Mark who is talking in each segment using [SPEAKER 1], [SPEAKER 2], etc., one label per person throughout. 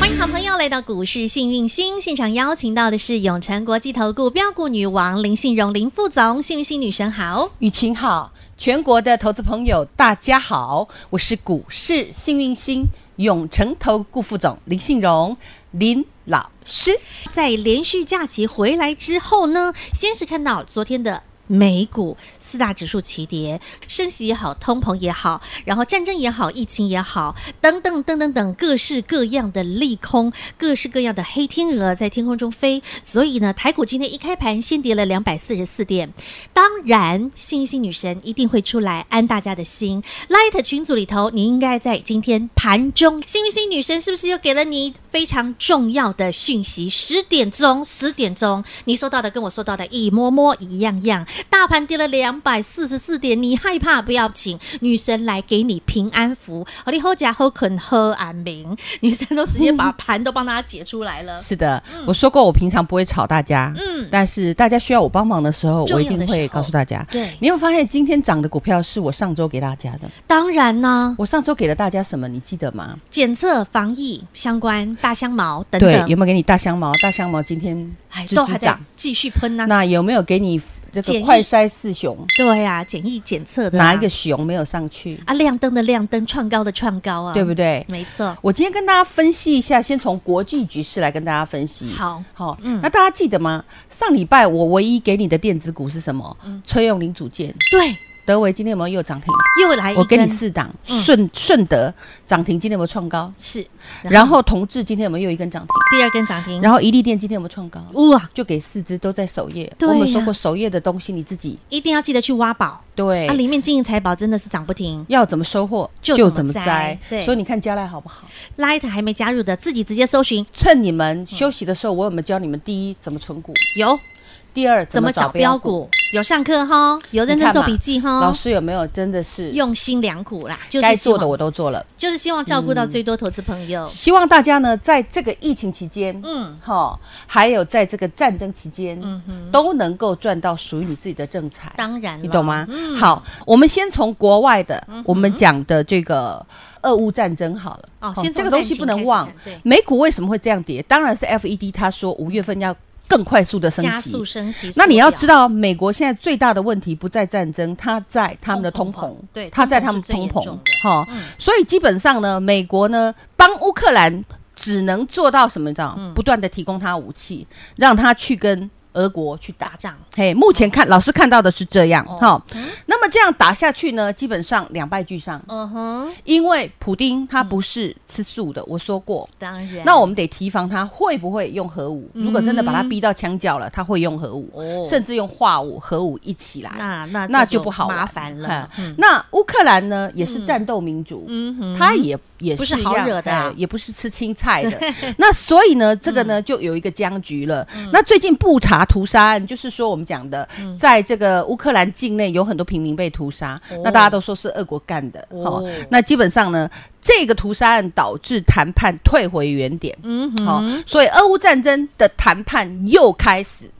[SPEAKER 1] 欢迎好朋友来到股市幸运星现场，邀请到的是永诚国际投顾标股女王林信荣林副总，幸运星女神好。
[SPEAKER 2] 雨晴好，全国的投资朋友大家好，我是股市幸运星永诚投顾副总林信荣林老师。
[SPEAKER 1] 在连续假期回来之后呢，先是看到昨天的。美股四大指数齐跌，升息也好，通膨也好，然后战争也好，疫情也好，等等等等等，各式各样的利空，各式各样的黑天鹅在天空中飞。所以呢，台股今天一开盘先跌了两百四十四点。当然，幸运星女神一定会出来安大家的心。Light 群组里头，你应该在今天盘中，幸运星女神是不是又给了你非常重要的讯息？十点钟，十点钟，你收到的跟我收到的一模模一样样。大盘跌了两百四十四点，你害怕不要紧，女神来给你平安符。好，你后假后肯喝安眠，女神都直接把盘都帮大家解出来了。
[SPEAKER 2] 是的，嗯我说过我平常不会吵大家，
[SPEAKER 1] 嗯
[SPEAKER 2] 但是大家需要我帮忙的时候，
[SPEAKER 1] 重要
[SPEAKER 2] 我一
[SPEAKER 1] 的
[SPEAKER 2] 定
[SPEAKER 1] 时
[SPEAKER 2] 会
[SPEAKER 1] 候
[SPEAKER 2] 告诉大家。
[SPEAKER 1] 对，嗯
[SPEAKER 2] 你有没有发现今天涨的股票是我上周给大家的？
[SPEAKER 1] 当然呢，
[SPEAKER 2] 我上周给了大家什么？你记得吗？
[SPEAKER 1] 检测、防疫相关、大香茅等
[SPEAKER 2] 对，
[SPEAKER 1] 等，
[SPEAKER 2] 有没有给你大香茅？大香茅今天
[SPEAKER 1] 哎，
[SPEAKER 2] 直
[SPEAKER 1] 都
[SPEAKER 2] 直
[SPEAKER 1] 还在
[SPEAKER 2] 涨。
[SPEAKER 1] 继续喷啊呢、
[SPEAKER 2] 那有没有给你这
[SPEAKER 1] 建
[SPEAKER 2] 个
[SPEAKER 1] 议
[SPEAKER 2] 快筛四雄？
[SPEAKER 1] 对呀、啊，检疫检测的、啊、
[SPEAKER 2] 哪一个熊没有上去？
[SPEAKER 1] 啊？亮灯的亮灯，创高的创高啊，
[SPEAKER 2] 对不对？
[SPEAKER 1] 没错，
[SPEAKER 2] 我今天跟大家分析一下，先从国际局势来跟大家分析。，
[SPEAKER 1] 好，
[SPEAKER 2] 好、
[SPEAKER 1] 嗯
[SPEAKER 2] 那大家记得吗？上礼拜我唯一给你的电子股是什么？
[SPEAKER 1] 嗯
[SPEAKER 2] 车用零组件，
[SPEAKER 1] 对，
[SPEAKER 2] 德维今天有没有又涨停？
[SPEAKER 1] 又来一
[SPEAKER 2] 我给你
[SPEAKER 1] 根
[SPEAKER 2] 四档，
[SPEAKER 1] 嗯
[SPEAKER 2] 顺顺德涨停，今天有没有创高？
[SPEAKER 1] 是，
[SPEAKER 2] 然后同志今天有没有又一根涨停？
[SPEAKER 1] 第二根涨停，
[SPEAKER 2] 然后一利店今天有没有创高？
[SPEAKER 1] 哇，
[SPEAKER 2] 就给四只都在首页。
[SPEAKER 1] 对呀
[SPEAKER 2] 我们说过首页的东西你自己
[SPEAKER 1] 一定要记得去挖宝。
[SPEAKER 2] 对、
[SPEAKER 1] 啊，里面金银财宝真的是涨不停。
[SPEAKER 2] 要怎么收获
[SPEAKER 1] 就
[SPEAKER 2] 就
[SPEAKER 1] 怎
[SPEAKER 2] 怎
[SPEAKER 1] 么
[SPEAKER 2] 么
[SPEAKER 1] 摘
[SPEAKER 2] 摘。
[SPEAKER 1] 对
[SPEAKER 2] 所以你看加来好不好？
[SPEAKER 1] Light 还没加入的，自己直接搜寻
[SPEAKER 2] 趁你
[SPEAKER 1] 嗯
[SPEAKER 2] 们休息的时候，我有没有教你们第一怎么存股？
[SPEAKER 1] 有
[SPEAKER 2] 第二，
[SPEAKER 1] 怎么找标？股，有上课哈，有认真
[SPEAKER 2] 你看
[SPEAKER 1] 做
[SPEAKER 2] 嘛
[SPEAKER 1] 笔记哈
[SPEAKER 2] 老，师有没有真的是
[SPEAKER 1] 用心良苦啦，就是
[SPEAKER 2] 该
[SPEAKER 1] 希
[SPEAKER 2] 做
[SPEAKER 1] 望
[SPEAKER 2] 的我都嗯做了？
[SPEAKER 1] 就是希望照顾到最多投资朋友。
[SPEAKER 2] 希望大家呢，在这个疫情期间，
[SPEAKER 1] 嗯，
[SPEAKER 2] 哈，还有在这个战争期间，都能够赚到属于你自己的正财，
[SPEAKER 1] 当然了，嗯
[SPEAKER 2] 你懂吗？好，我们先从国外的，我们讲的这个俄乌战争好了。
[SPEAKER 1] 哦先从
[SPEAKER 2] 这个东西
[SPEAKER 1] 战情
[SPEAKER 2] 不能忘
[SPEAKER 1] 开始看对。
[SPEAKER 2] 美股为什么会这样跌？当然是 FED 他说五月份要更快速的升
[SPEAKER 1] 加
[SPEAKER 2] 息
[SPEAKER 1] 速，升息，
[SPEAKER 2] 那你要
[SPEAKER 1] 缩
[SPEAKER 2] 知
[SPEAKER 1] 表
[SPEAKER 2] 道，美国现在最大的问题不在战争，它在他们的
[SPEAKER 1] 通
[SPEAKER 2] 通
[SPEAKER 1] 膨
[SPEAKER 2] 膨，
[SPEAKER 1] 对
[SPEAKER 2] 它在他们
[SPEAKER 1] 通膨是最
[SPEAKER 2] 通膨
[SPEAKER 1] 严重的，嗯
[SPEAKER 2] 哈、所以基本上呢，美国呢帮乌克兰只能做到什么？你知道，
[SPEAKER 1] 嗯
[SPEAKER 2] 不断的提供他武器，让他去跟俄国去打
[SPEAKER 1] 打。仗，
[SPEAKER 2] 嘿，目前看老师看到的是这样，
[SPEAKER 1] 哦
[SPEAKER 2] 哈、那么这样打下去呢，基本上两败俱伤，
[SPEAKER 1] 嗯哼，
[SPEAKER 2] 因为普丁他不是吃素的，我说过，
[SPEAKER 1] 当然。
[SPEAKER 2] 那我们得提防他会不会用核武。如果真的把
[SPEAKER 1] 嗯
[SPEAKER 2] 他逼到墙角了，他会用核武，
[SPEAKER 1] 哦
[SPEAKER 2] 甚至用化武、核武一起来，
[SPEAKER 1] 那那
[SPEAKER 2] 那
[SPEAKER 1] 这
[SPEAKER 2] 就不好玩
[SPEAKER 1] 麻烦了。
[SPEAKER 2] 嗯
[SPEAKER 1] 嗯
[SPEAKER 2] 那乌克兰呢，也是战斗民族，
[SPEAKER 1] 嗯哼，
[SPEAKER 2] 他也也
[SPEAKER 1] 不
[SPEAKER 2] 是
[SPEAKER 1] 是好
[SPEAKER 2] 一样
[SPEAKER 1] 惹的
[SPEAKER 2] 哎也不是吃青菜 的。那所以呢，这个
[SPEAKER 1] 嗯
[SPEAKER 2] 呢就有一个僵局了。那最近布查屠杀案，就是说我们讲的，
[SPEAKER 1] 嗯
[SPEAKER 2] 在这个乌克兰境内有很多平民被屠杀
[SPEAKER 1] 哦，
[SPEAKER 2] 那大家都说是俄国干的。
[SPEAKER 1] 哦
[SPEAKER 2] 哦，那基本上呢，这个屠杀案导致谈判退回原点。
[SPEAKER 1] 嗯
[SPEAKER 2] 好、
[SPEAKER 1] 哼，
[SPEAKER 2] 所以俄乌战争的谈判又开始，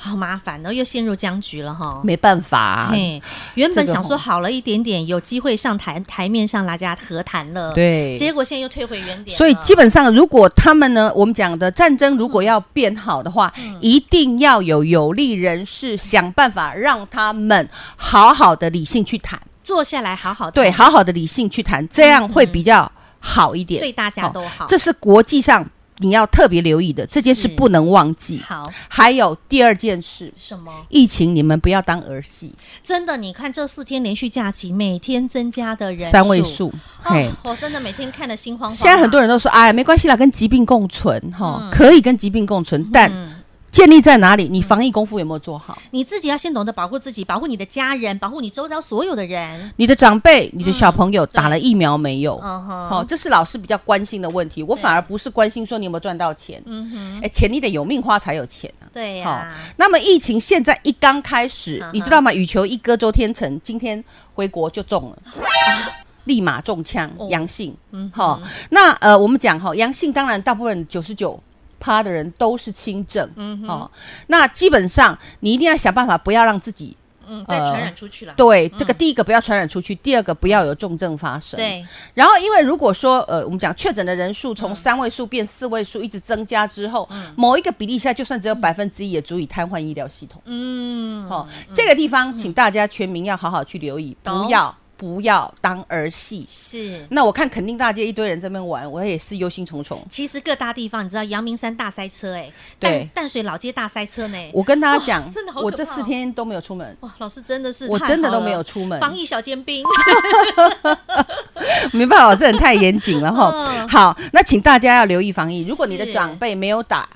[SPEAKER 1] 好麻烦哦，又陷入僵局了哈。
[SPEAKER 2] 没办法啊、
[SPEAKER 1] 嘿，原本
[SPEAKER 2] 这个
[SPEAKER 1] 想说
[SPEAKER 2] 吼
[SPEAKER 1] 好了一点点，有机会上台台面上大家和谈了，，
[SPEAKER 2] 对。
[SPEAKER 1] 结果现在又退回原点了，啊
[SPEAKER 2] 所以基本上，如果他们呢，我们讲的战争如果要变好的话，
[SPEAKER 1] 嗯
[SPEAKER 2] 一定要有有利人士想办法让他们好好的理性去谈，
[SPEAKER 1] 坐下来好好谈
[SPEAKER 2] 对，好好的理性去谈，这样会比较好一点。
[SPEAKER 1] 嗯对大家都好，
[SPEAKER 2] 哦这是国际上你要特别留意的，这件事
[SPEAKER 1] 是
[SPEAKER 2] 不能忘记。
[SPEAKER 1] 好
[SPEAKER 2] 还有第二件事，
[SPEAKER 1] 什么？
[SPEAKER 2] 疫情你们不要当儿戏，
[SPEAKER 1] 真的，你看这四天连续假期，每天增加的人
[SPEAKER 2] 三位，数，嘿
[SPEAKER 1] 哦，我真的每天看得心慌慌啊。
[SPEAKER 2] 现在很多人都说，哎，没关系啦，跟疾病共存哈，
[SPEAKER 1] 嗯
[SPEAKER 2] 可以跟疾病共存，但
[SPEAKER 1] 嗯，
[SPEAKER 2] 建立在哪里？你防疫功夫有没有做好？
[SPEAKER 1] 你自己要先懂得保护自己，保护你的家人，保护你周遭所有的人。
[SPEAKER 2] 你的长辈、你的小朋友打了疫苗没有？
[SPEAKER 1] 嗯哼，
[SPEAKER 2] 好，这是老师比较关心的问题，我反而不是关心说你有没有赚到钱。
[SPEAKER 1] 嗯哼，
[SPEAKER 2] 哎，钱你得有命花才有钱啊。
[SPEAKER 1] 对呀、
[SPEAKER 2] 好、那么疫情现在一刚开始，
[SPEAKER 1] 嗯哼
[SPEAKER 2] 你知道吗？羽球一哥周天成今天回国就中了。立马中枪
[SPEAKER 1] 哦，
[SPEAKER 2] 阳性。
[SPEAKER 1] 嗯
[SPEAKER 2] 嗯，好、那呃，我们讲哈，阳性当然大部分九十九趴的人都是轻症。嗯，哦，那基本上你一定要想办法，不要让自己
[SPEAKER 1] 嗯，再传
[SPEAKER 2] 呃
[SPEAKER 1] 染出去了。
[SPEAKER 2] 对、这个第一个不要传染出去，第二个不要有重症发生。。
[SPEAKER 1] 对，
[SPEAKER 2] 然后，因为如果说呃，我们讲确诊的人数从三位数变四位数，一直增加之后，某一个比例下，就算只有百分之一，也足以瘫痪医疗系统。
[SPEAKER 1] 嗯，
[SPEAKER 2] 哦，这个地方，请大家全民要好好去留意，
[SPEAKER 1] 懂
[SPEAKER 2] 不要不要当儿戏。
[SPEAKER 1] 是。
[SPEAKER 2] 那我看垦丁大街一堆人在那边玩，我也是忧心忡忡。
[SPEAKER 1] 其实各大地方，你知道阳明山大塞车哎、
[SPEAKER 2] 对
[SPEAKER 1] 淡淡水老街大塞车呢。
[SPEAKER 2] 我跟大家讲
[SPEAKER 1] 哎哇真的，好可怕哦
[SPEAKER 2] 我这四天都没有出门，
[SPEAKER 1] 哇，老师真的是
[SPEAKER 2] 我
[SPEAKER 1] 太
[SPEAKER 2] 真的
[SPEAKER 1] 好
[SPEAKER 2] 都没
[SPEAKER 1] 了
[SPEAKER 2] 有出门
[SPEAKER 1] 防 疫小尖兵。
[SPEAKER 2] 没办法，这人太严谨了哈。
[SPEAKER 1] 嗯
[SPEAKER 2] 好，那请大家要留意防疫。如果你的
[SPEAKER 1] 是
[SPEAKER 2] 长辈没有打，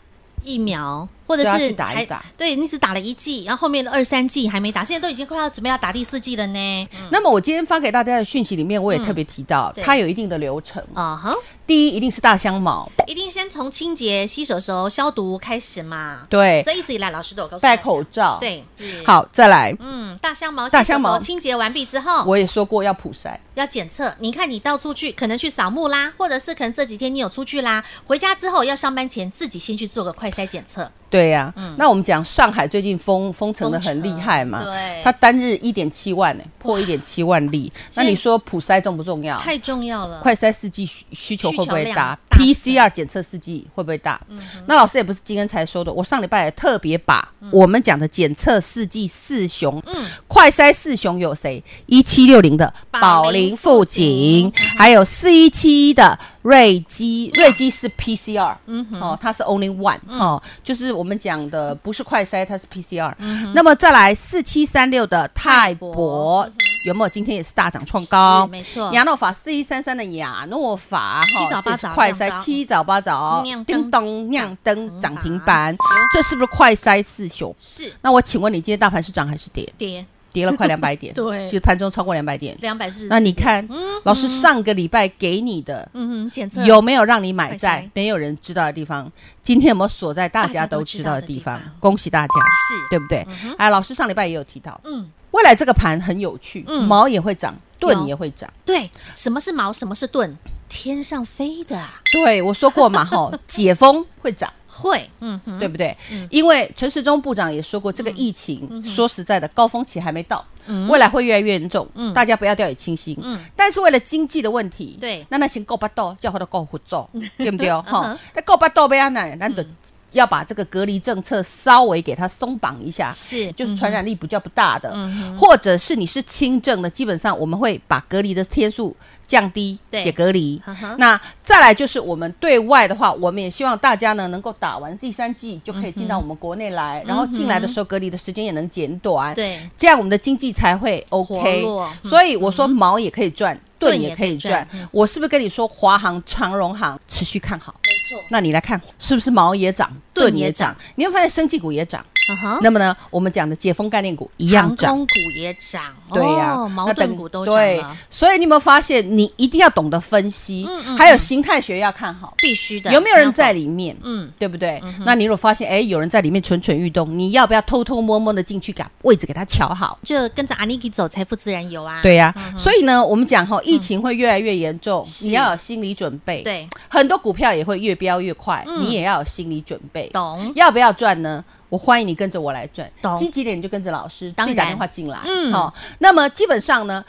[SPEAKER 1] 疫苗，或者
[SPEAKER 2] 对啊
[SPEAKER 1] 是
[SPEAKER 2] 去打一
[SPEAKER 1] 还
[SPEAKER 2] 打
[SPEAKER 1] 对，你只打了一剂，然后后面的二三剂还没打，现在都已经快要准备要打第四剂了呢。
[SPEAKER 2] 那么我今天发给大家的讯息里面，我也特别提到，
[SPEAKER 1] 对
[SPEAKER 2] 它有一定的流程。
[SPEAKER 1] 啊哈，
[SPEAKER 2] 第一，一定是大香茅，
[SPEAKER 1] 一定先从清洁、洗手手、消毒开始嘛。
[SPEAKER 2] 对，
[SPEAKER 1] 这一直以来老师都有告诉大
[SPEAKER 2] 戴
[SPEAKER 1] 家
[SPEAKER 2] 口，罩，，
[SPEAKER 1] 对，是，
[SPEAKER 2] 好，再来。
[SPEAKER 1] 嗯，大香茅、
[SPEAKER 2] 大
[SPEAKER 1] 洗手
[SPEAKER 2] 香
[SPEAKER 1] 手
[SPEAKER 2] 茅
[SPEAKER 1] 清洁完毕之后，
[SPEAKER 2] 我也说过要普筛，
[SPEAKER 1] 要检测。你看你到处去，可能去扫墓啦，或者是可能这几天你有出去啦，回家之后要上班前自己先去做个快筛检测。
[SPEAKER 2] 对呀、那我们讲上海最近封嗯封城的很厉害嘛，
[SPEAKER 1] 封城对
[SPEAKER 2] 它单日一点七万呢、破一点七万例，那
[SPEAKER 1] 现
[SPEAKER 2] 你说普筛重不重要？
[SPEAKER 1] 太重要了，
[SPEAKER 2] 快筛试剂需需求会不会
[SPEAKER 1] 需求
[SPEAKER 2] 大嗯
[SPEAKER 1] 量大
[SPEAKER 2] ？PCR 检测试剂会不会大？那老师也不是今天才说的，我上礼拜也特别把我们讲的检测试剂四雄，快筛四雄有谁？一七六零的
[SPEAKER 1] 宝
[SPEAKER 2] 嗯宝
[SPEAKER 1] 林
[SPEAKER 2] 林
[SPEAKER 1] 富
[SPEAKER 2] 富
[SPEAKER 1] 锦
[SPEAKER 2] 锦，还有四一七一的瑞基，瑞基是 PCR，哦，它是 only one，哦，就是我们讲的不是快筛，它是 PCR。那么再来四七三六的嗯泰
[SPEAKER 1] 博
[SPEAKER 2] 博。嗯有没有今天也是大涨创高？
[SPEAKER 1] 是没错
[SPEAKER 2] 亚诺法四一三三的亚诺法，
[SPEAKER 1] 七
[SPEAKER 2] 哈
[SPEAKER 1] 早嗯八
[SPEAKER 2] 这
[SPEAKER 1] 早
[SPEAKER 2] 是快
[SPEAKER 1] 亮灯
[SPEAKER 2] 筛七早八早
[SPEAKER 1] 亮，灯
[SPEAKER 2] 叮咚
[SPEAKER 1] 嗯
[SPEAKER 2] 亮灯涨停板
[SPEAKER 1] 涨停板，
[SPEAKER 2] 这是不是快筛四雄？
[SPEAKER 1] 是
[SPEAKER 2] 那我请问你，今天大盘是涨还是跌？
[SPEAKER 1] 跌
[SPEAKER 2] 跌了快两百 点，
[SPEAKER 1] 对
[SPEAKER 2] 其实盘中超过两百点。
[SPEAKER 1] 两百四，
[SPEAKER 2] 那你看，老师上个礼拜给你的
[SPEAKER 1] 嗯嗯哼，检测
[SPEAKER 2] 有没有让你买
[SPEAKER 1] 快
[SPEAKER 2] 在
[SPEAKER 1] 筛
[SPEAKER 2] 没有人知道的地方？今天有没有锁在大家都知道的地
[SPEAKER 1] 大
[SPEAKER 2] 方
[SPEAKER 1] 家都知道的地方？
[SPEAKER 2] 恭喜大家，
[SPEAKER 1] 嗯是
[SPEAKER 2] 对不对？哎，老师上礼拜也有提到，
[SPEAKER 1] 嗯，
[SPEAKER 2] 未来这个盘很有趣，
[SPEAKER 1] 嗯
[SPEAKER 2] 毛也会涨，
[SPEAKER 1] 有
[SPEAKER 2] 盾也会涨。
[SPEAKER 1] 对，什么是毛，什么是盾？天上飞的啊，
[SPEAKER 2] 对，我说 过嘛，哈，解封会涨，
[SPEAKER 1] 会，嗯嗯哼，
[SPEAKER 2] 对不对？因为陈时中部长也说过，这个疫情说实在的，高峰期还没到，
[SPEAKER 1] 嗯
[SPEAKER 2] 未来会越来越严重，大家不要掉以轻心。但是为了经济的问题，
[SPEAKER 1] 对嗯
[SPEAKER 2] 那那行够不到，叫他都够护 照，对不对？哈，那够不到不要难，难得要把这个隔离政策稍微给它松绑一下。
[SPEAKER 1] 是，嗯
[SPEAKER 2] 就是传染力比较不大的，或者是你是轻症的，基本上我们会把隔离的天数降低，
[SPEAKER 1] 对
[SPEAKER 2] 解隔离
[SPEAKER 1] 嗯哼。
[SPEAKER 2] 那再来就是我们对外的话，我们也希望大家呢能够打完第三剂就可以进到我们国内来，然后进来的时候隔离的时间也能减短。
[SPEAKER 1] 对，
[SPEAKER 2] 这样我们的经济才会
[SPEAKER 1] 活
[SPEAKER 2] OK
[SPEAKER 1] 络。
[SPEAKER 2] 所以我说毛也可以赚，盾
[SPEAKER 1] 盾也
[SPEAKER 2] 嗯也可
[SPEAKER 1] 可以
[SPEAKER 2] 以
[SPEAKER 1] 赚
[SPEAKER 2] 赚。我是不是跟你说华航、长荣航持续看好？
[SPEAKER 1] 没错，
[SPEAKER 2] 那你来看是不是毛也涨，
[SPEAKER 1] 盾
[SPEAKER 2] 盾
[SPEAKER 1] 也
[SPEAKER 2] 也涨？啊你会发现生技股也涨。
[SPEAKER 1] 嗯哼，
[SPEAKER 2] 那么呢，我们讲的解封概念股一样
[SPEAKER 1] 航
[SPEAKER 2] 涨。
[SPEAKER 1] 空股也涨，
[SPEAKER 2] 对呀、
[SPEAKER 1] 哦矛
[SPEAKER 2] 那等
[SPEAKER 1] 盾股都涨
[SPEAKER 2] 对
[SPEAKER 1] 了，，
[SPEAKER 2] 所以你有没有发现，你一定要懂得分析，
[SPEAKER 1] 嗯嗯
[SPEAKER 2] 还有形态学要看好，
[SPEAKER 1] 必须的，
[SPEAKER 2] 有没有人在
[SPEAKER 1] 里？
[SPEAKER 2] 里面，
[SPEAKER 1] 嗯，
[SPEAKER 2] 对不对？那你如果发现，哎，有人在里面蠢蠢欲动，你要不要偷偷摸摸的进去，把位置给他瞧好？
[SPEAKER 1] 就跟着阿尼基走，财富自然有啊。嗯
[SPEAKER 2] 对呀、所以呢，我们讲哈，疫情会越来越严重，
[SPEAKER 1] 是
[SPEAKER 2] 你要有心理准备。，
[SPEAKER 1] 对，
[SPEAKER 2] 很多股票也会越飙越快，
[SPEAKER 1] 嗯
[SPEAKER 2] 你也要有心理准备。
[SPEAKER 1] 懂，
[SPEAKER 2] 要不要赚呢？我欢迎你跟着我来赚
[SPEAKER 1] 懂，
[SPEAKER 2] 积极点你就跟着老师，
[SPEAKER 1] 当
[SPEAKER 2] 自己打
[SPEAKER 1] 然
[SPEAKER 2] 电话进来，
[SPEAKER 1] 嗯
[SPEAKER 2] 好、那么基本上呢，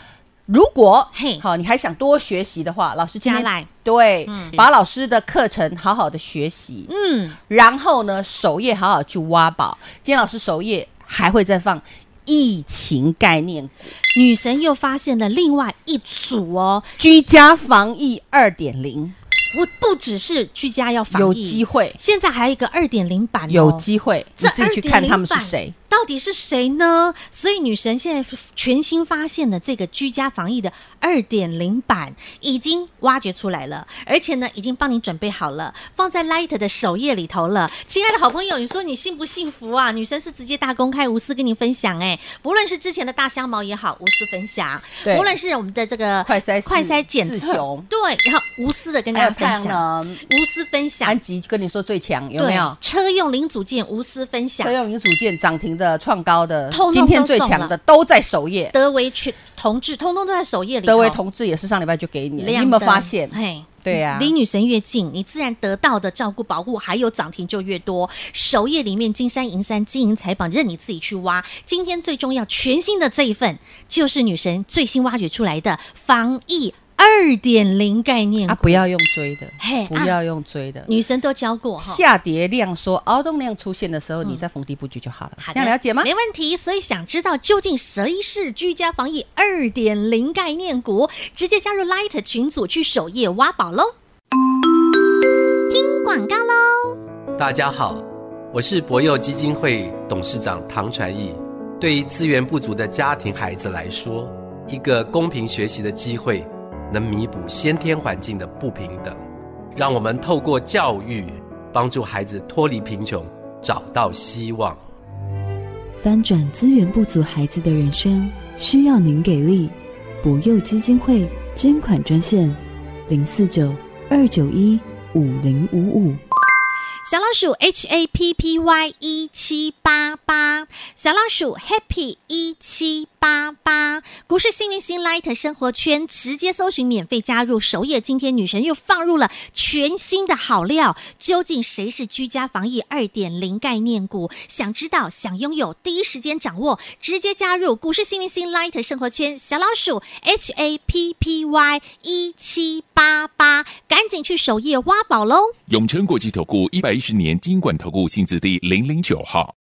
[SPEAKER 2] 如果
[SPEAKER 1] 嘿
[SPEAKER 2] 好、你还想多学习的话，老师今
[SPEAKER 1] 加
[SPEAKER 2] 天
[SPEAKER 1] 来，
[SPEAKER 2] 对、
[SPEAKER 1] 嗯
[SPEAKER 2] 把老师的课程好好的学习，
[SPEAKER 1] 嗯，
[SPEAKER 2] 然后呢，首页好好去挖宝。今天老师首页还会再放疫情概念股，
[SPEAKER 1] 女神又发现了另外一组哦，
[SPEAKER 2] 居家防疫二点零，
[SPEAKER 1] 不不只是居家要防疫，
[SPEAKER 2] 有机会，
[SPEAKER 1] 现在还有一个二点零版哦，
[SPEAKER 2] 有机会，
[SPEAKER 1] 这
[SPEAKER 2] 你自己去看他们是
[SPEAKER 1] 2.0版
[SPEAKER 2] 谁。
[SPEAKER 1] 到底是谁呢？所以女神现在全新发现的这个居家防疫的二点零版已经挖掘出来了，而且呢，已经帮你准备好了，放在 Light 的首页里头了。亲爱的好朋友，你说你幸不幸福啊？女神是直接大公开无私跟你分享、哎，不论是之前的大香茅也好，无私分享，
[SPEAKER 2] 对
[SPEAKER 1] 无论是我们的这个
[SPEAKER 2] 快筛
[SPEAKER 1] 快
[SPEAKER 2] 四
[SPEAKER 1] 筛检
[SPEAKER 2] 四
[SPEAKER 1] 测
[SPEAKER 2] 雄，
[SPEAKER 1] 对，然后无私的跟大
[SPEAKER 2] 还有
[SPEAKER 1] 家分
[SPEAKER 2] 太阳
[SPEAKER 1] 享，
[SPEAKER 2] 能，
[SPEAKER 1] 无私分享，
[SPEAKER 2] 安吉跟你说最强有没有
[SPEAKER 1] 对？车用零组件无私分享
[SPEAKER 2] 车，用零组件涨停的、创高的
[SPEAKER 1] 通通，
[SPEAKER 2] 今天
[SPEAKER 1] 都
[SPEAKER 2] 最
[SPEAKER 1] 送
[SPEAKER 2] 强
[SPEAKER 1] 了
[SPEAKER 2] 的都在首页。
[SPEAKER 1] 德维全同志通通都在首页里头。
[SPEAKER 2] 德威同志也是上礼拜就给你了，你有
[SPEAKER 1] 亮
[SPEAKER 2] 没有
[SPEAKER 1] 灯
[SPEAKER 2] 发现？
[SPEAKER 1] 嘿。
[SPEAKER 2] 对啊呀
[SPEAKER 1] 离女神越近，你自然得到的照顾、保护还有涨停就越多。首页里面金山银山金银财宝，任你自己去挖。今天最重要，全新的这一份就是女神最新挖掘出来的防疫二点零概念
[SPEAKER 2] 啊，
[SPEAKER 1] 股。
[SPEAKER 2] 不要用追的
[SPEAKER 1] 嘿，
[SPEAKER 2] 不
[SPEAKER 1] 啊
[SPEAKER 2] 要用追的。
[SPEAKER 1] 女神都教过哈。
[SPEAKER 2] 下跌量说凹洞量出现的时候，你在逢低布局就好了，
[SPEAKER 1] 嗯好
[SPEAKER 2] 这
[SPEAKER 1] 的
[SPEAKER 2] 样了解吗？
[SPEAKER 1] 没问题。所以想知道究竟谁是居家防疫二点零概念股，直接加入 Light 群组去首页挖宝喽。听广告喽。
[SPEAKER 3] 大家好，我是博幼基金会董事长唐传义。对于资源不足的家庭孩子来说，一个公平学习的机会，能弥补先天环境的不平等。让我们透过教育，帮助孩子脱离贫穷，找到希望。
[SPEAKER 4] 翻转资源不足孩子的人生，需要您给力。博幼基金会捐款专线：零四九二九一五零五五。
[SPEAKER 1] 小老鼠 H A P P Y 一七八八，小老鼠 Happy 一七八八，股市新明星 Light 生活圈直接搜寻免费加入。首页今天女神又放入了全新的好料，究竟谁是居家防疫二点零概念股？想知道、想拥有，第一时间掌握，直接加入股市新明星 Light 生活圈小老鼠 H A P P Y 一七八八，赶紧去首页挖宝喽！
[SPEAKER 5] 永诚国际投顾一百一十年金管投顾性质第零零九号。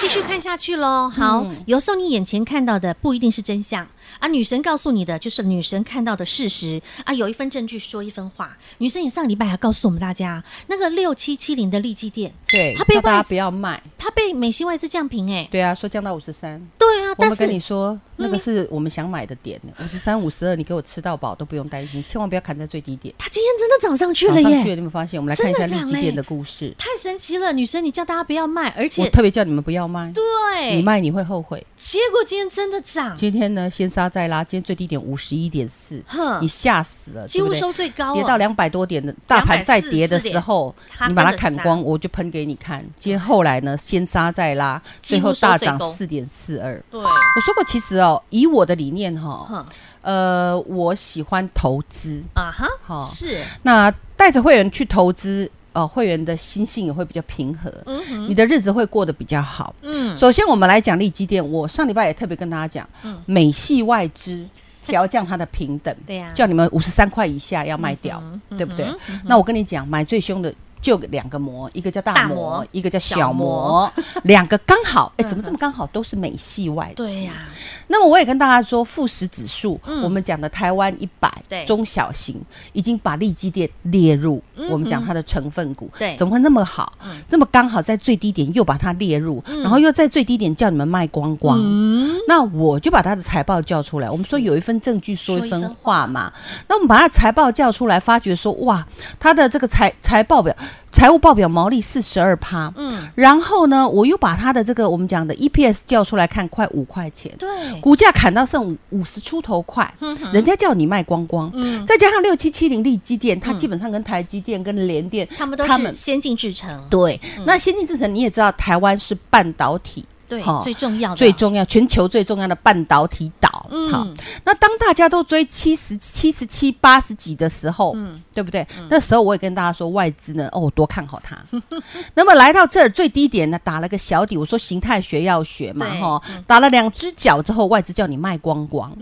[SPEAKER 1] 继续看下去
[SPEAKER 2] 嗯
[SPEAKER 1] 喽。好，有时候你眼前看到的不一定是真相啊，女神告诉你的就是女神看到的事实啊。有一份证据说一分话，女神也上礼拜还告诉我们大家，那个六七七零的利基店，
[SPEAKER 2] 对，
[SPEAKER 1] 他被
[SPEAKER 2] 叫大
[SPEAKER 1] 外
[SPEAKER 2] 家
[SPEAKER 1] 资
[SPEAKER 2] 不要卖。
[SPEAKER 1] 它被美西外资降评哎、
[SPEAKER 2] 对啊，说降到五十三，
[SPEAKER 1] 对啊，
[SPEAKER 2] 我
[SPEAKER 1] 但
[SPEAKER 2] 们跟你
[SPEAKER 1] 是
[SPEAKER 2] 说，那个是我们想买的点，五十三、五十二，你给我吃到饱都不用担心，千万不要砍在最低点。
[SPEAKER 1] 它今天真的涨上去
[SPEAKER 2] 涨
[SPEAKER 1] 了
[SPEAKER 2] 上去了，
[SPEAKER 1] 耶，
[SPEAKER 2] 你们发现？我们来看一下
[SPEAKER 1] 真的哎
[SPEAKER 2] 利
[SPEAKER 1] 涨
[SPEAKER 2] 基
[SPEAKER 1] 嘞
[SPEAKER 2] 店的故事。
[SPEAKER 1] 太神奇了，女神你叫大家不要卖，而
[SPEAKER 2] 我
[SPEAKER 1] 且
[SPEAKER 2] 特别叫你们不要卖，你
[SPEAKER 1] 对，
[SPEAKER 2] 卖你会后悔。
[SPEAKER 1] 结果今天真的涨，
[SPEAKER 2] 今天呢，先杀再拉，今天最低点五十一点四
[SPEAKER 1] 哼，
[SPEAKER 2] 你吓死了，
[SPEAKER 1] 几乎
[SPEAKER 2] 对不对
[SPEAKER 1] 收最高、哦，
[SPEAKER 2] 跌到两百多点的大盘再跌的时候
[SPEAKER 1] 444点，
[SPEAKER 2] 你把它
[SPEAKER 1] 它
[SPEAKER 2] 砍
[SPEAKER 1] 跟着
[SPEAKER 2] 光，我就喷给你看。今天后来呢，先杀再拉，
[SPEAKER 1] 几
[SPEAKER 2] 最
[SPEAKER 1] 乎
[SPEAKER 2] 后
[SPEAKER 1] 收
[SPEAKER 2] 大
[SPEAKER 1] 最
[SPEAKER 2] 涨
[SPEAKER 1] 高
[SPEAKER 2] 四点四二。
[SPEAKER 1] 对，
[SPEAKER 2] 我说过，其实哦，以我的理念哈、
[SPEAKER 1] 哼
[SPEAKER 2] 呃，我喜欢投资，
[SPEAKER 1] 啊哈，
[SPEAKER 2] 好
[SPEAKER 1] 是，
[SPEAKER 2] 那带着会员去投资，呃，会员的心性也会比较平和，
[SPEAKER 1] 嗯哼，
[SPEAKER 2] 你的日子会过得比较好。
[SPEAKER 1] 嗯，
[SPEAKER 2] 首先，我们来讲利基店。我上礼拜也特别跟大家讲，美系外资调降它的平等
[SPEAKER 1] ，对呀嗯
[SPEAKER 2] 叫你们五十三块以下要卖掉，对不对？那我跟你讲，买最凶的。就两个模，一个叫
[SPEAKER 1] 大
[SPEAKER 2] 大
[SPEAKER 1] 模
[SPEAKER 2] 模，一个叫
[SPEAKER 1] 小
[SPEAKER 2] 小
[SPEAKER 1] 模
[SPEAKER 2] 模，两个刚好。哎，怎么这么刚好？都是美系外资。
[SPEAKER 1] 对呀、
[SPEAKER 2] 那么我也跟大家说，富时指数，我们讲的台湾一百
[SPEAKER 1] 嗯对
[SPEAKER 2] 中小型已经把利基店列入我们讲它的成分股，
[SPEAKER 1] 嗯对嗯
[SPEAKER 2] 怎么会那么好？那么刚好在最低点又把它列入，然后又在最低点叫你们卖光光，
[SPEAKER 1] 嗯
[SPEAKER 2] 那我就把它的财报叫出来。我们说有一份证据说
[SPEAKER 1] 说一
[SPEAKER 2] 一
[SPEAKER 1] 分
[SPEAKER 2] 分话嘛，那我们把它财报叫出来，发觉说哇，它的这个财财报表、财务报表毛利四十二趴，
[SPEAKER 1] 嗯，
[SPEAKER 2] 然后呢，我又把它的这个我们讲的 EPS 叫出来看，快五块钱，
[SPEAKER 1] 对，
[SPEAKER 2] 股价砍到剩五十出头块，人家叫你卖光光，
[SPEAKER 1] 嗯
[SPEAKER 2] 再加上六七七零利基电，它基本上跟台积电、跟联电，
[SPEAKER 1] 他们都
[SPEAKER 2] 他们
[SPEAKER 1] 是先进制程，
[SPEAKER 2] 对，那先进制程你也知道，台湾是半导体。
[SPEAKER 1] 对
[SPEAKER 2] 好
[SPEAKER 1] 最重要的
[SPEAKER 2] 最重要，全球最重要的半导体岛。
[SPEAKER 1] 嗯
[SPEAKER 2] 好，那当大家都追七十七十七八十几的时候，
[SPEAKER 1] 嗯
[SPEAKER 2] 对不对？那时候我也跟大家说，外资呢，哦，我多看好它。 那么来到这儿最低点呢，打了个小底。我说形态学要学嘛，
[SPEAKER 1] 对嗯
[SPEAKER 2] 哈，打了两只脚之后，外资叫你卖光光。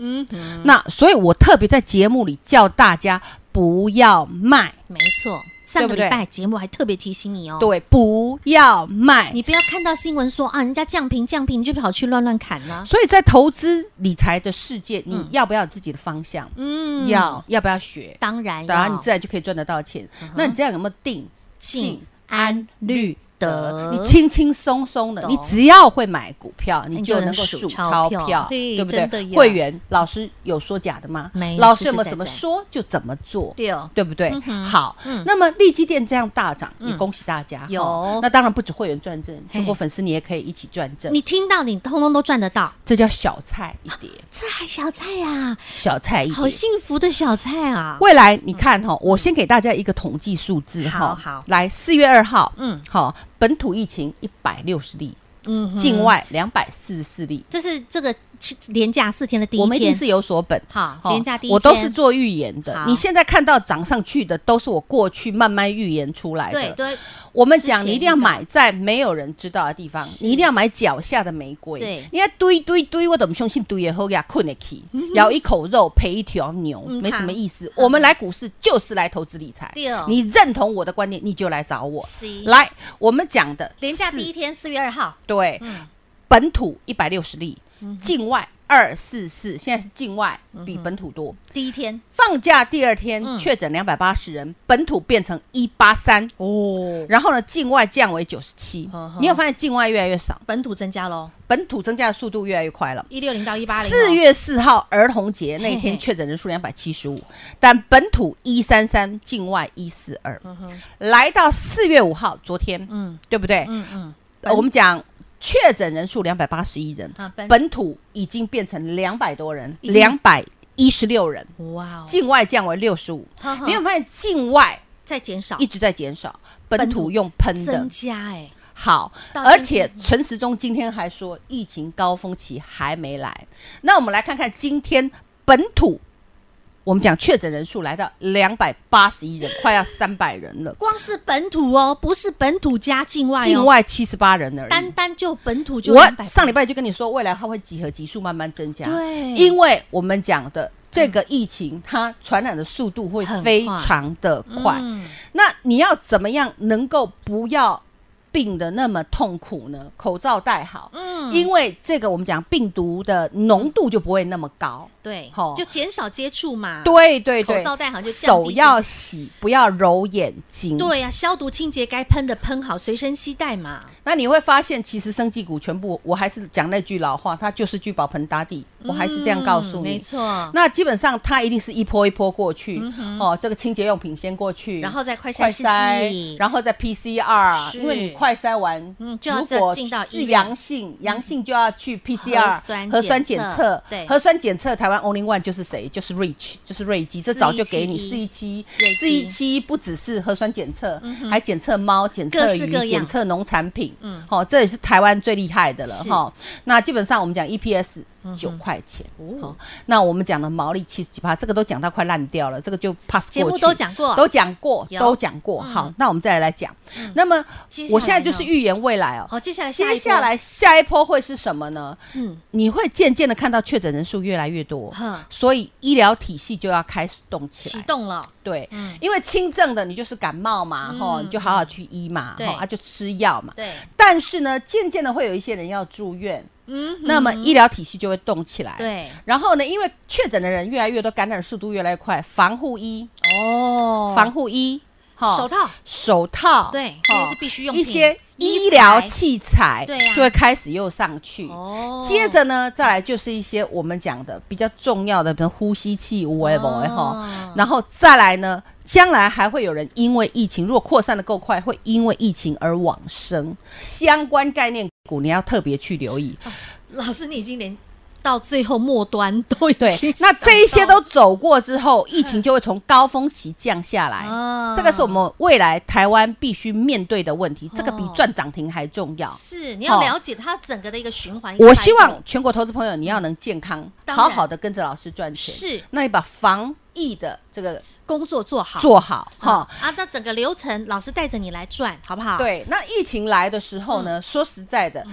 [SPEAKER 2] 那所以我特别在节目里叫大家不要卖，
[SPEAKER 1] 没错。上个礼拜节目还特别提醒你哦，
[SPEAKER 2] 对，不要卖。
[SPEAKER 1] 你不要看到新闻说啊，人家降频降频，你就跑去乱乱砍了、
[SPEAKER 2] 所以在投资理财的世界，你要不要有自己的方向？
[SPEAKER 1] 嗯，
[SPEAKER 2] 要要不要学？
[SPEAKER 1] 当然要，嗯
[SPEAKER 2] 然后你自然就可以赚得到钱。那你这样有没有定
[SPEAKER 1] 静安
[SPEAKER 2] 律
[SPEAKER 1] 得
[SPEAKER 2] 得，你轻轻松松的，
[SPEAKER 1] 懂
[SPEAKER 2] 你只要会买股票，你
[SPEAKER 1] 你
[SPEAKER 2] 就
[SPEAKER 1] 就
[SPEAKER 2] 能
[SPEAKER 1] 能
[SPEAKER 2] 够
[SPEAKER 1] 数
[SPEAKER 2] 数
[SPEAKER 1] 钞
[SPEAKER 2] 钞
[SPEAKER 1] 票
[SPEAKER 2] 票，
[SPEAKER 1] 对
[SPEAKER 2] 对不
[SPEAKER 1] 真的耶
[SPEAKER 2] 对？会员老师有说假的吗？
[SPEAKER 1] 没有
[SPEAKER 2] 老师有
[SPEAKER 1] 实
[SPEAKER 2] 没有
[SPEAKER 1] 实
[SPEAKER 2] 怎么
[SPEAKER 1] 在在
[SPEAKER 2] 说就怎么做？
[SPEAKER 1] 对哦
[SPEAKER 2] 对不对
[SPEAKER 1] 嗯？哼
[SPEAKER 2] 好
[SPEAKER 1] 嗯，
[SPEAKER 2] 那么利基店这样大涨，也恭喜大家。
[SPEAKER 1] 有
[SPEAKER 2] 哦那当然不止会员赚正，
[SPEAKER 1] 嘿
[SPEAKER 2] 全国粉丝你也可以一起赚正。
[SPEAKER 1] 你听到你通通都赚得到，
[SPEAKER 2] 这叫小菜一碟，
[SPEAKER 1] 这还小菜呀、
[SPEAKER 2] 小菜一
[SPEAKER 1] 好
[SPEAKER 2] 碟。
[SPEAKER 1] 幸福的小菜啊！
[SPEAKER 2] 未来你看哈，我先给大家一个统计数字哈。
[SPEAKER 1] 好好
[SPEAKER 2] 来四月二号，
[SPEAKER 1] 嗯
[SPEAKER 2] 嗯，好，本土疫情一百六十例，
[SPEAKER 1] 嗯哼
[SPEAKER 2] 境外两百四十四例。
[SPEAKER 1] 这是这个七连假四天的第一天，
[SPEAKER 2] 我们一定是有所本。
[SPEAKER 1] 好
[SPEAKER 2] 哦
[SPEAKER 1] 连假第一天，
[SPEAKER 2] 我都是做预言的
[SPEAKER 1] 好。
[SPEAKER 2] 你现在看到涨上去的，都是我过去慢慢预言出来的。
[SPEAKER 1] 对对
[SPEAKER 2] 我们
[SPEAKER 1] 之
[SPEAKER 2] 讲，
[SPEAKER 1] 前
[SPEAKER 2] 你一定要
[SPEAKER 1] 的
[SPEAKER 2] 买在没有人知道的地方，你一定要买脚下的玫瑰。
[SPEAKER 1] 对
[SPEAKER 2] 你要堆堆堆，我怎么相信堆也后给它困得起，咬一口肉赔一条牛，
[SPEAKER 1] 嗯
[SPEAKER 2] 没什
[SPEAKER 1] 好
[SPEAKER 2] 么意思。我们来股市就是来投资理财
[SPEAKER 1] 对哦，
[SPEAKER 2] 你认同我的观念，你就来找我。
[SPEAKER 1] 是
[SPEAKER 2] 来，我们讲的
[SPEAKER 1] 连假
[SPEAKER 2] 是
[SPEAKER 1] 第一天，四月二号，
[SPEAKER 2] 对，
[SPEAKER 1] 嗯
[SPEAKER 2] 本土一百六十例，境外二四四，现在是境外比本土多。
[SPEAKER 1] 第一天
[SPEAKER 2] 放假第二天
[SPEAKER 1] 嗯
[SPEAKER 2] 确诊两百八十人，本土变成一八三，
[SPEAKER 1] 哦，
[SPEAKER 2] 然后呢，境外降为九十七
[SPEAKER 1] 呵呵。
[SPEAKER 2] 你有发现境外越来越少，
[SPEAKER 1] 本土增加喽，
[SPEAKER 2] 本土增加的速度越来越快了。
[SPEAKER 1] 一六零到一八零，
[SPEAKER 2] 四月四号儿童节那一
[SPEAKER 1] 嘿嘿
[SPEAKER 2] 天确诊人数两百七十五，但本土一三三，境外一四二。来到四月五号，昨天，
[SPEAKER 1] 嗯
[SPEAKER 2] 嗯，对不对？
[SPEAKER 1] 嗯嗯，
[SPEAKER 2] 呃我们讲确诊人数两百八十一人
[SPEAKER 1] 啊本，
[SPEAKER 2] 本土已经变成两百多人，
[SPEAKER 1] 已经
[SPEAKER 2] 两百一十六人，
[SPEAKER 1] 哇哦，
[SPEAKER 2] 境外降为六十五
[SPEAKER 1] 呵呵。
[SPEAKER 2] 你有发现境外
[SPEAKER 1] 再减少
[SPEAKER 2] 一直在减少，本
[SPEAKER 1] 土
[SPEAKER 2] 土用喷的
[SPEAKER 1] 增加哎、
[SPEAKER 2] 好，
[SPEAKER 1] 到
[SPEAKER 2] 而
[SPEAKER 1] 今天
[SPEAKER 2] 且陈时中今天还说疫情高峰期还没来。那我们来看看今天本土，我们讲确诊人数来到两百八十一人，快要三百人了，
[SPEAKER 1] 光是本土哦，不是本土加境外、哦，
[SPEAKER 2] 境外七十八人而已。
[SPEAKER 1] 单单就本土就
[SPEAKER 2] 我
[SPEAKER 1] 200
[SPEAKER 2] 上礼拜就跟你说，未来它会集合级数慢慢增加，
[SPEAKER 1] 对
[SPEAKER 2] 因为我们讲的这个疫情，它传染的速度会
[SPEAKER 1] 很
[SPEAKER 2] 非
[SPEAKER 1] 快
[SPEAKER 2] 常的快。
[SPEAKER 1] 嗯
[SPEAKER 2] 那你要怎么样能够不要病的那么痛苦呢？口罩戴好，
[SPEAKER 1] 嗯
[SPEAKER 2] 因为这个我们讲病毒的浓度就不会那么高。
[SPEAKER 1] 对，
[SPEAKER 2] 吼
[SPEAKER 1] 就减少接触嘛，
[SPEAKER 2] 对对
[SPEAKER 1] 嗯
[SPEAKER 2] 对，
[SPEAKER 1] 口罩戴好就降低
[SPEAKER 2] 手要洗，不要揉眼睛。，
[SPEAKER 1] 对呀、消毒清洁该喷的喷好，随身携带嘛，
[SPEAKER 2] 那你会发现，其实生技股全部，我还是讲那句老话，它就是聚宝盆打底，我还是这样告诉你。
[SPEAKER 1] 嗯没错。嗯
[SPEAKER 2] 那基本上它一定是一波一波过去、哦，这个清洁用品先过去，
[SPEAKER 1] 然后再快筛
[SPEAKER 2] 快
[SPEAKER 1] 试剂
[SPEAKER 2] 筛，，然后再 PCR，
[SPEAKER 1] 是
[SPEAKER 2] 因为你快筛完，
[SPEAKER 1] 嗯就要
[SPEAKER 2] 如果
[SPEAKER 1] 再进到医
[SPEAKER 2] 是
[SPEAKER 1] 院嗯
[SPEAKER 2] 阳性，阳性就要去 PCR
[SPEAKER 1] 核酸检
[SPEAKER 2] 检
[SPEAKER 1] 测
[SPEAKER 2] 测，
[SPEAKER 1] 对
[SPEAKER 2] 核酸检测台湾 Only One 就是谁？就是 Reach，就是瑞基，这早就给你四一七
[SPEAKER 1] 瑞，
[SPEAKER 2] 四一
[SPEAKER 1] 基
[SPEAKER 2] 七不只是核酸检测，还检测猫、检测
[SPEAKER 1] 各式
[SPEAKER 2] 鱼
[SPEAKER 1] 各样、
[SPEAKER 2] 检测农产品，嗯，好，这也是台湾最厉害的了
[SPEAKER 1] 是嗯
[SPEAKER 2] 哈。那基本上我们讲 EPS 九块钱，哦，那我们讲的毛利七十几趴，这个都讲到快烂掉了，这个就 pass
[SPEAKER 1] 节目
[SPEAKER 2] 过去
[SPEAKER 1] 都讲过
[SPEAKER 2] 都讲过，
[SPEAKER 1] 有嗯
[SPEAKER 2] 都讲过。好，那我们再来讲。那么
[SPEAKER 1] 接下来呢
[SPEAKER 2] 我现在就是预言未来哦。
[SPEAKER 1] 好，接下来下一
[SPEAKER 2] 接
[SPEAKER 1] 波
[SPEAKER 2] 下，来下一波会是什么呢？
[SPEAKER 1] 嗯，
[SPEAKER 2] 你会渐渐的看到确诊人数越来越多
[SPEAKER 1] 哼，
[SPEAKER 2] 所以医疗体系就要开始动起
[SPEAKER 1] 启
[SPEAKER 2] 来。
[SPEAKER 1] 动了，
[SPEAKER 2] 对
[SPEAKER 1] 嗯，
[SPEAKER 2] 因为轻症的你就是感冒嘛，哈，你就好好去医嘛，
[SPEAKER 1] 对
[SPEAKER 2] 哈，啊就吃药嘛。
[SPEAKER 1] 对，
[SPEAKER 2] 但是呢，渐渐的会有一些人要住院，
[SPEAKER 1] 嗯
[SPEAKER 2] 那么医疗体系就会动起来。。
[SPEAKER 1] 对，
[SPEAKER 2] 然后呢，因为确诊的人越来越多，感染速度越来越快，防护衣、
[SPEAKER 1] 哦
[SPEAKER 2] 防护衣、哈
[SPEAKER 1] 手套，
[SPEAKER 2] 手套，
[SPEAKER 1] 对
[SPEAKER 2] 哦
[SPEAKER 1] 这些是必需用品
[SPEAKER 2] 一些
[SPEAKER 1] 医
[SPEAKER 2] 医疗
[SPEAKER 1] 材
[SPEAKER 2] 器材，
[SPEAKER 1] 对啊
[SPEAKER 2] 就会开始又上去。
[SPEAKER 1] 哦
[SPEAKER 2] 接着呢，再来就是一些我们讲的比较重要的，比如呼吸器、无为不为
[SPEAKER 1] 哦
[SPEAKER 2] 哈，然后再来呢，将来还会有人因为疫情，如果扩散的够快，会因为疫情而往生。相关概念股你要特别去留意。
[SPEAKER 1] 老师你已经连到最后末端都已
[SPEAKER 2] 对
[SPEAKER 1] 经，
[SPEAKER 2] 那这一些都走过之后，疫情就会从高峰期降下来。
[SPEAKER 1] 哦
[SPEAKER 2] 这个是我们未来台湾必须面对的问题，这个比
[SPEAKER 1] 哦
[SPEAKER 2] 赚涨停还重要。
[SPEAKER 1] 是你要
[SPEAKER 2] 哦
[SPEAKER 1] 了解它整个的一个循环，
[SPEAKER 2] 我希望全国投资朋友你要能健康，
[SPEAKER 1] 当然
[SPEAKER 2] 好好的跟着老师赚钱。
[SPEAKER 1] 是
[SPEAKER 2] 那你把防疫的这个
[SPEAKER 1] 工作做好，
[SPEAKER 2] 做好哈。
[SPEAKER 1] 啊，那整个流程老师带着你来转，好不好？，
[SPEAKER 2] 对，那疫情来的时候呢，说实在的。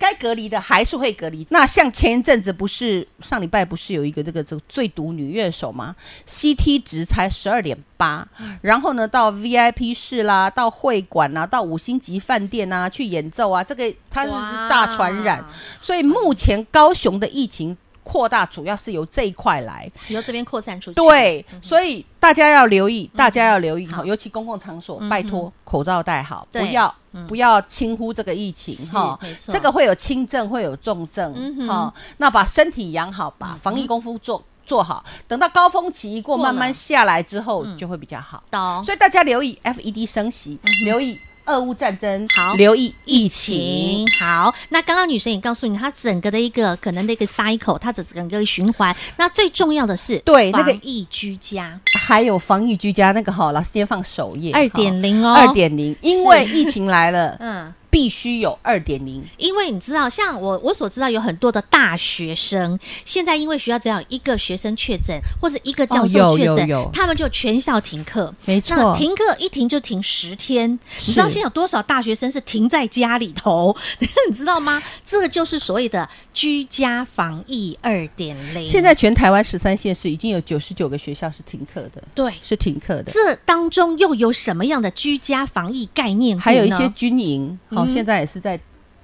[SPEAKER 2] 该隔离的还是会隔离。那像前一阵子不是上礼拜不是有一个这个这个最毒女乐手吗？CT 值才十二点八，然后呢到 VIP 室啦，到会馆啦，到五星级饭店啊去演奏啊，这个它是
[SPEAKER 1] 哇
[SPEAKER 2] 大传染。所以目前高雄的疫情。扩大主要是由这一块来。
[SPEAKER 1] 由这边扩散出去。
[SPEAKER 2] 对，所以大家要留意，大家要留意哈，
[SPEAKER 1] 嗯好
[SPEAKER 2] 尤其公共场所
[SPEAKER 1] 嗯，哼
[SPEAKER 2] 拜托口罩戴好，不
[SPEAKER 1] 对
[SPEAKER 2] 要
[SPEAKER 1] 嗯
[SPEAKER 2] 不要轻忽这个疫情
[SPEAKER 1] 是
[SPEAKER 2] 哈
[SPEAKER 1] 没。错
[SPEAKER 2] 这个会有轻症，会有重症
[SPEAKER 1] 嗯哼嗯
[SPEAKER 2] 哈。那把身体养好，把防疫功夫做做好，等到高峰期一过，
[SPEAKER 1] 过了嗯
[SPEAKER 2] 慢慢下来之后就会比较好。
[SPEAKER 1] 懂。嗯
[SPEAKER 2] 所以大家留意 FED 升息，留意俄乌战争，
[SPEAKER 1] 好
[SPEAKER 2] 留意疫
[SPEAKER 1] 情
[SPEAKER 2] 情。
[SPEAKER 1] 好，那刚刚女神也告诉你，它整个的一个可能的一个 cycle，它的整个一个循环。那最重要的是，
[SPEAKER 2] 对那个
[SPEAKER 1] 防疫居家
[SPEAKER 2] 还有防疫居家那个哈，老师今天放首页
[SPEAKER 1] 二点零哦，
[SPEAKER 2] 二，点零，因为疫情来了，
[SPEAKER 1] 嗯，
[SPEAKER 2] 必须有二点零。
[SPEAKER 1] 因为你知道，像我我所知道有很多的大学生，现在因为学校只要有一个学生确诊或者一个教授
[SPEAKER 2] 哦有
[SPEAKER 1] 确诊，
[SPEAKER 2] 有有
[SPEAKER 1] 他们就全校停课。
[SPEAKER 2] 没
[SPEAKER 1] 那停课一停就停十天，你知道现在有多少大学生是停在家里头？ 你知道吗？这就是所谓的居家防疫二点零。
[SPEAKER 2] 现在全台湾十三县市已经有九十九个学校是停课的，
[SPEAKER 1] 对
[SPEAKER 2] 是停课的。
[SPEAKER 1] 这当中又有什么样的居家防疫概念股呢？
[SPEAKER 2] 还有一些军营，好、现在也是在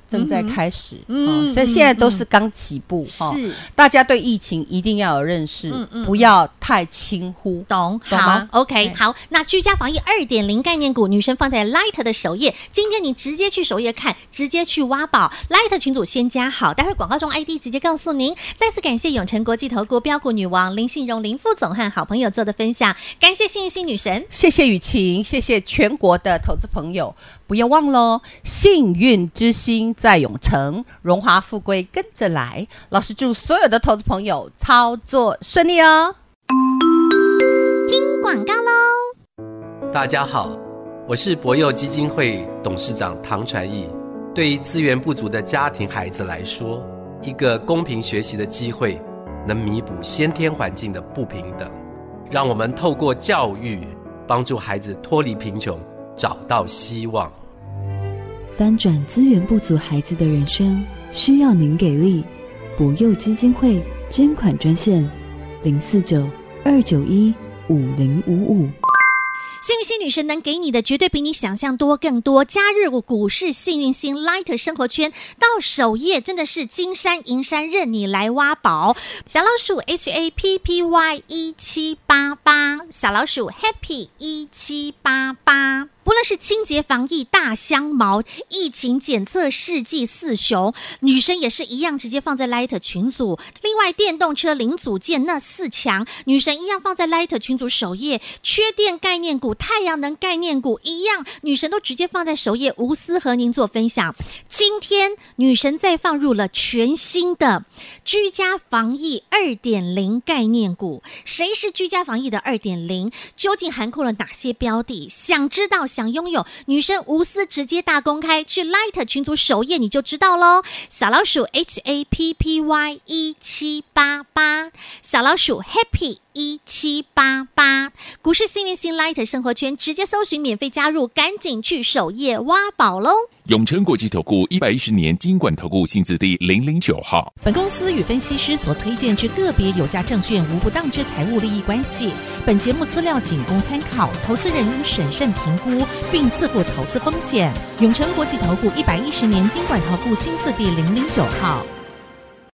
[SPEAKER 2] 正在开始，嗯，所以现在都是刚起步，哈
[SPEAKER 1] 是
[SPEAKER 2] 大家对疫情一定要有认识，
[SPEAKER 1] 嗯嗯
[SPEAKER 2] 不要太轻忽。
[SPEAKER 1] 懂
[SPEAKER 2] 懂
[SPEAKER 1] 好
[SPEAKER 2] 吗
[SPEAKER 1] ，OK，
[SPEAKER 2] 哎
[SPEAKER 1] 好。那居家防疫二点零概念股，女生放在 Light 的首页，今天你直接去首页看，直接去挖宝。Light 群组先加好，待会广告中 ID 直接告诉您。再次感谢永诚国际投顾标股女王林信荣林副总和好朋友做的分享，感谢幸运星女神。
[SPEAKER 2] 谢谢雨晴，谢谢全国的投资朋友，不要忘喽！幸运之星在永城，荣华富贵跟着来。老师祝所有的投资朋友操作顺利哦！
[SPEAKER 1] 广告喽，
[SPEAKER 3] 大家好，我是博幼基金会董事长唐传义。对于资源不足的家庭孩子来说，一个公平学习的机会，能弥补先天环境的不平等。让我们透过教育，帮助孩子脱离贫穷，找到希望。
[SPEAKER 4] 翻转资源不足孩子的人生，需要您给力。博幼基金会捐款专线：零四九二九一五零五五。
[SPEAKER 1] 幸运星女神能给你的绝对比你想象多更多。加入股市幸运星 Light 生活圈，到首页真的是金山银山任你来挖宝。小老鼠 H A P P Y 一七八八，小老鼠 Happy 一七八八。不论是清洁防疫大香茅、疫情检测试剂四雄，女生也是一样，直接放在 Light 群组。另外，电动车零组件那四强，女神一样放在 Light 群组首页。缺电概念股、太阳能概念股一样，女神都直接放在首页，无私和您做分享。今天女神再放入了全新的居家防疫二点零概念股。谁是居家防疫的二点零？究竟涵括了哪些标的？想知道、想拥有，女生无私直接大公开，去 Light 群组首页你就知道喽。小老鼠 H A P P Y 一七八八，小老鼠 Happy 一七八八，股市幸运星 Light 生活圈直接搜寻免费加入，赶紧去首页挖宝喽！
[SPEAKER 5] 永诚国际投顾一百一十年金管投顾性质第零零九号。
[SPEAKER 6] 本公司与分析师所推荐之个别有价证券无不当之财务利益关系。本节目资料仅供参考，投资人应审慎评估并自负投资风险。永诚国际投顾一百一十年经管投顾新字第零零九号。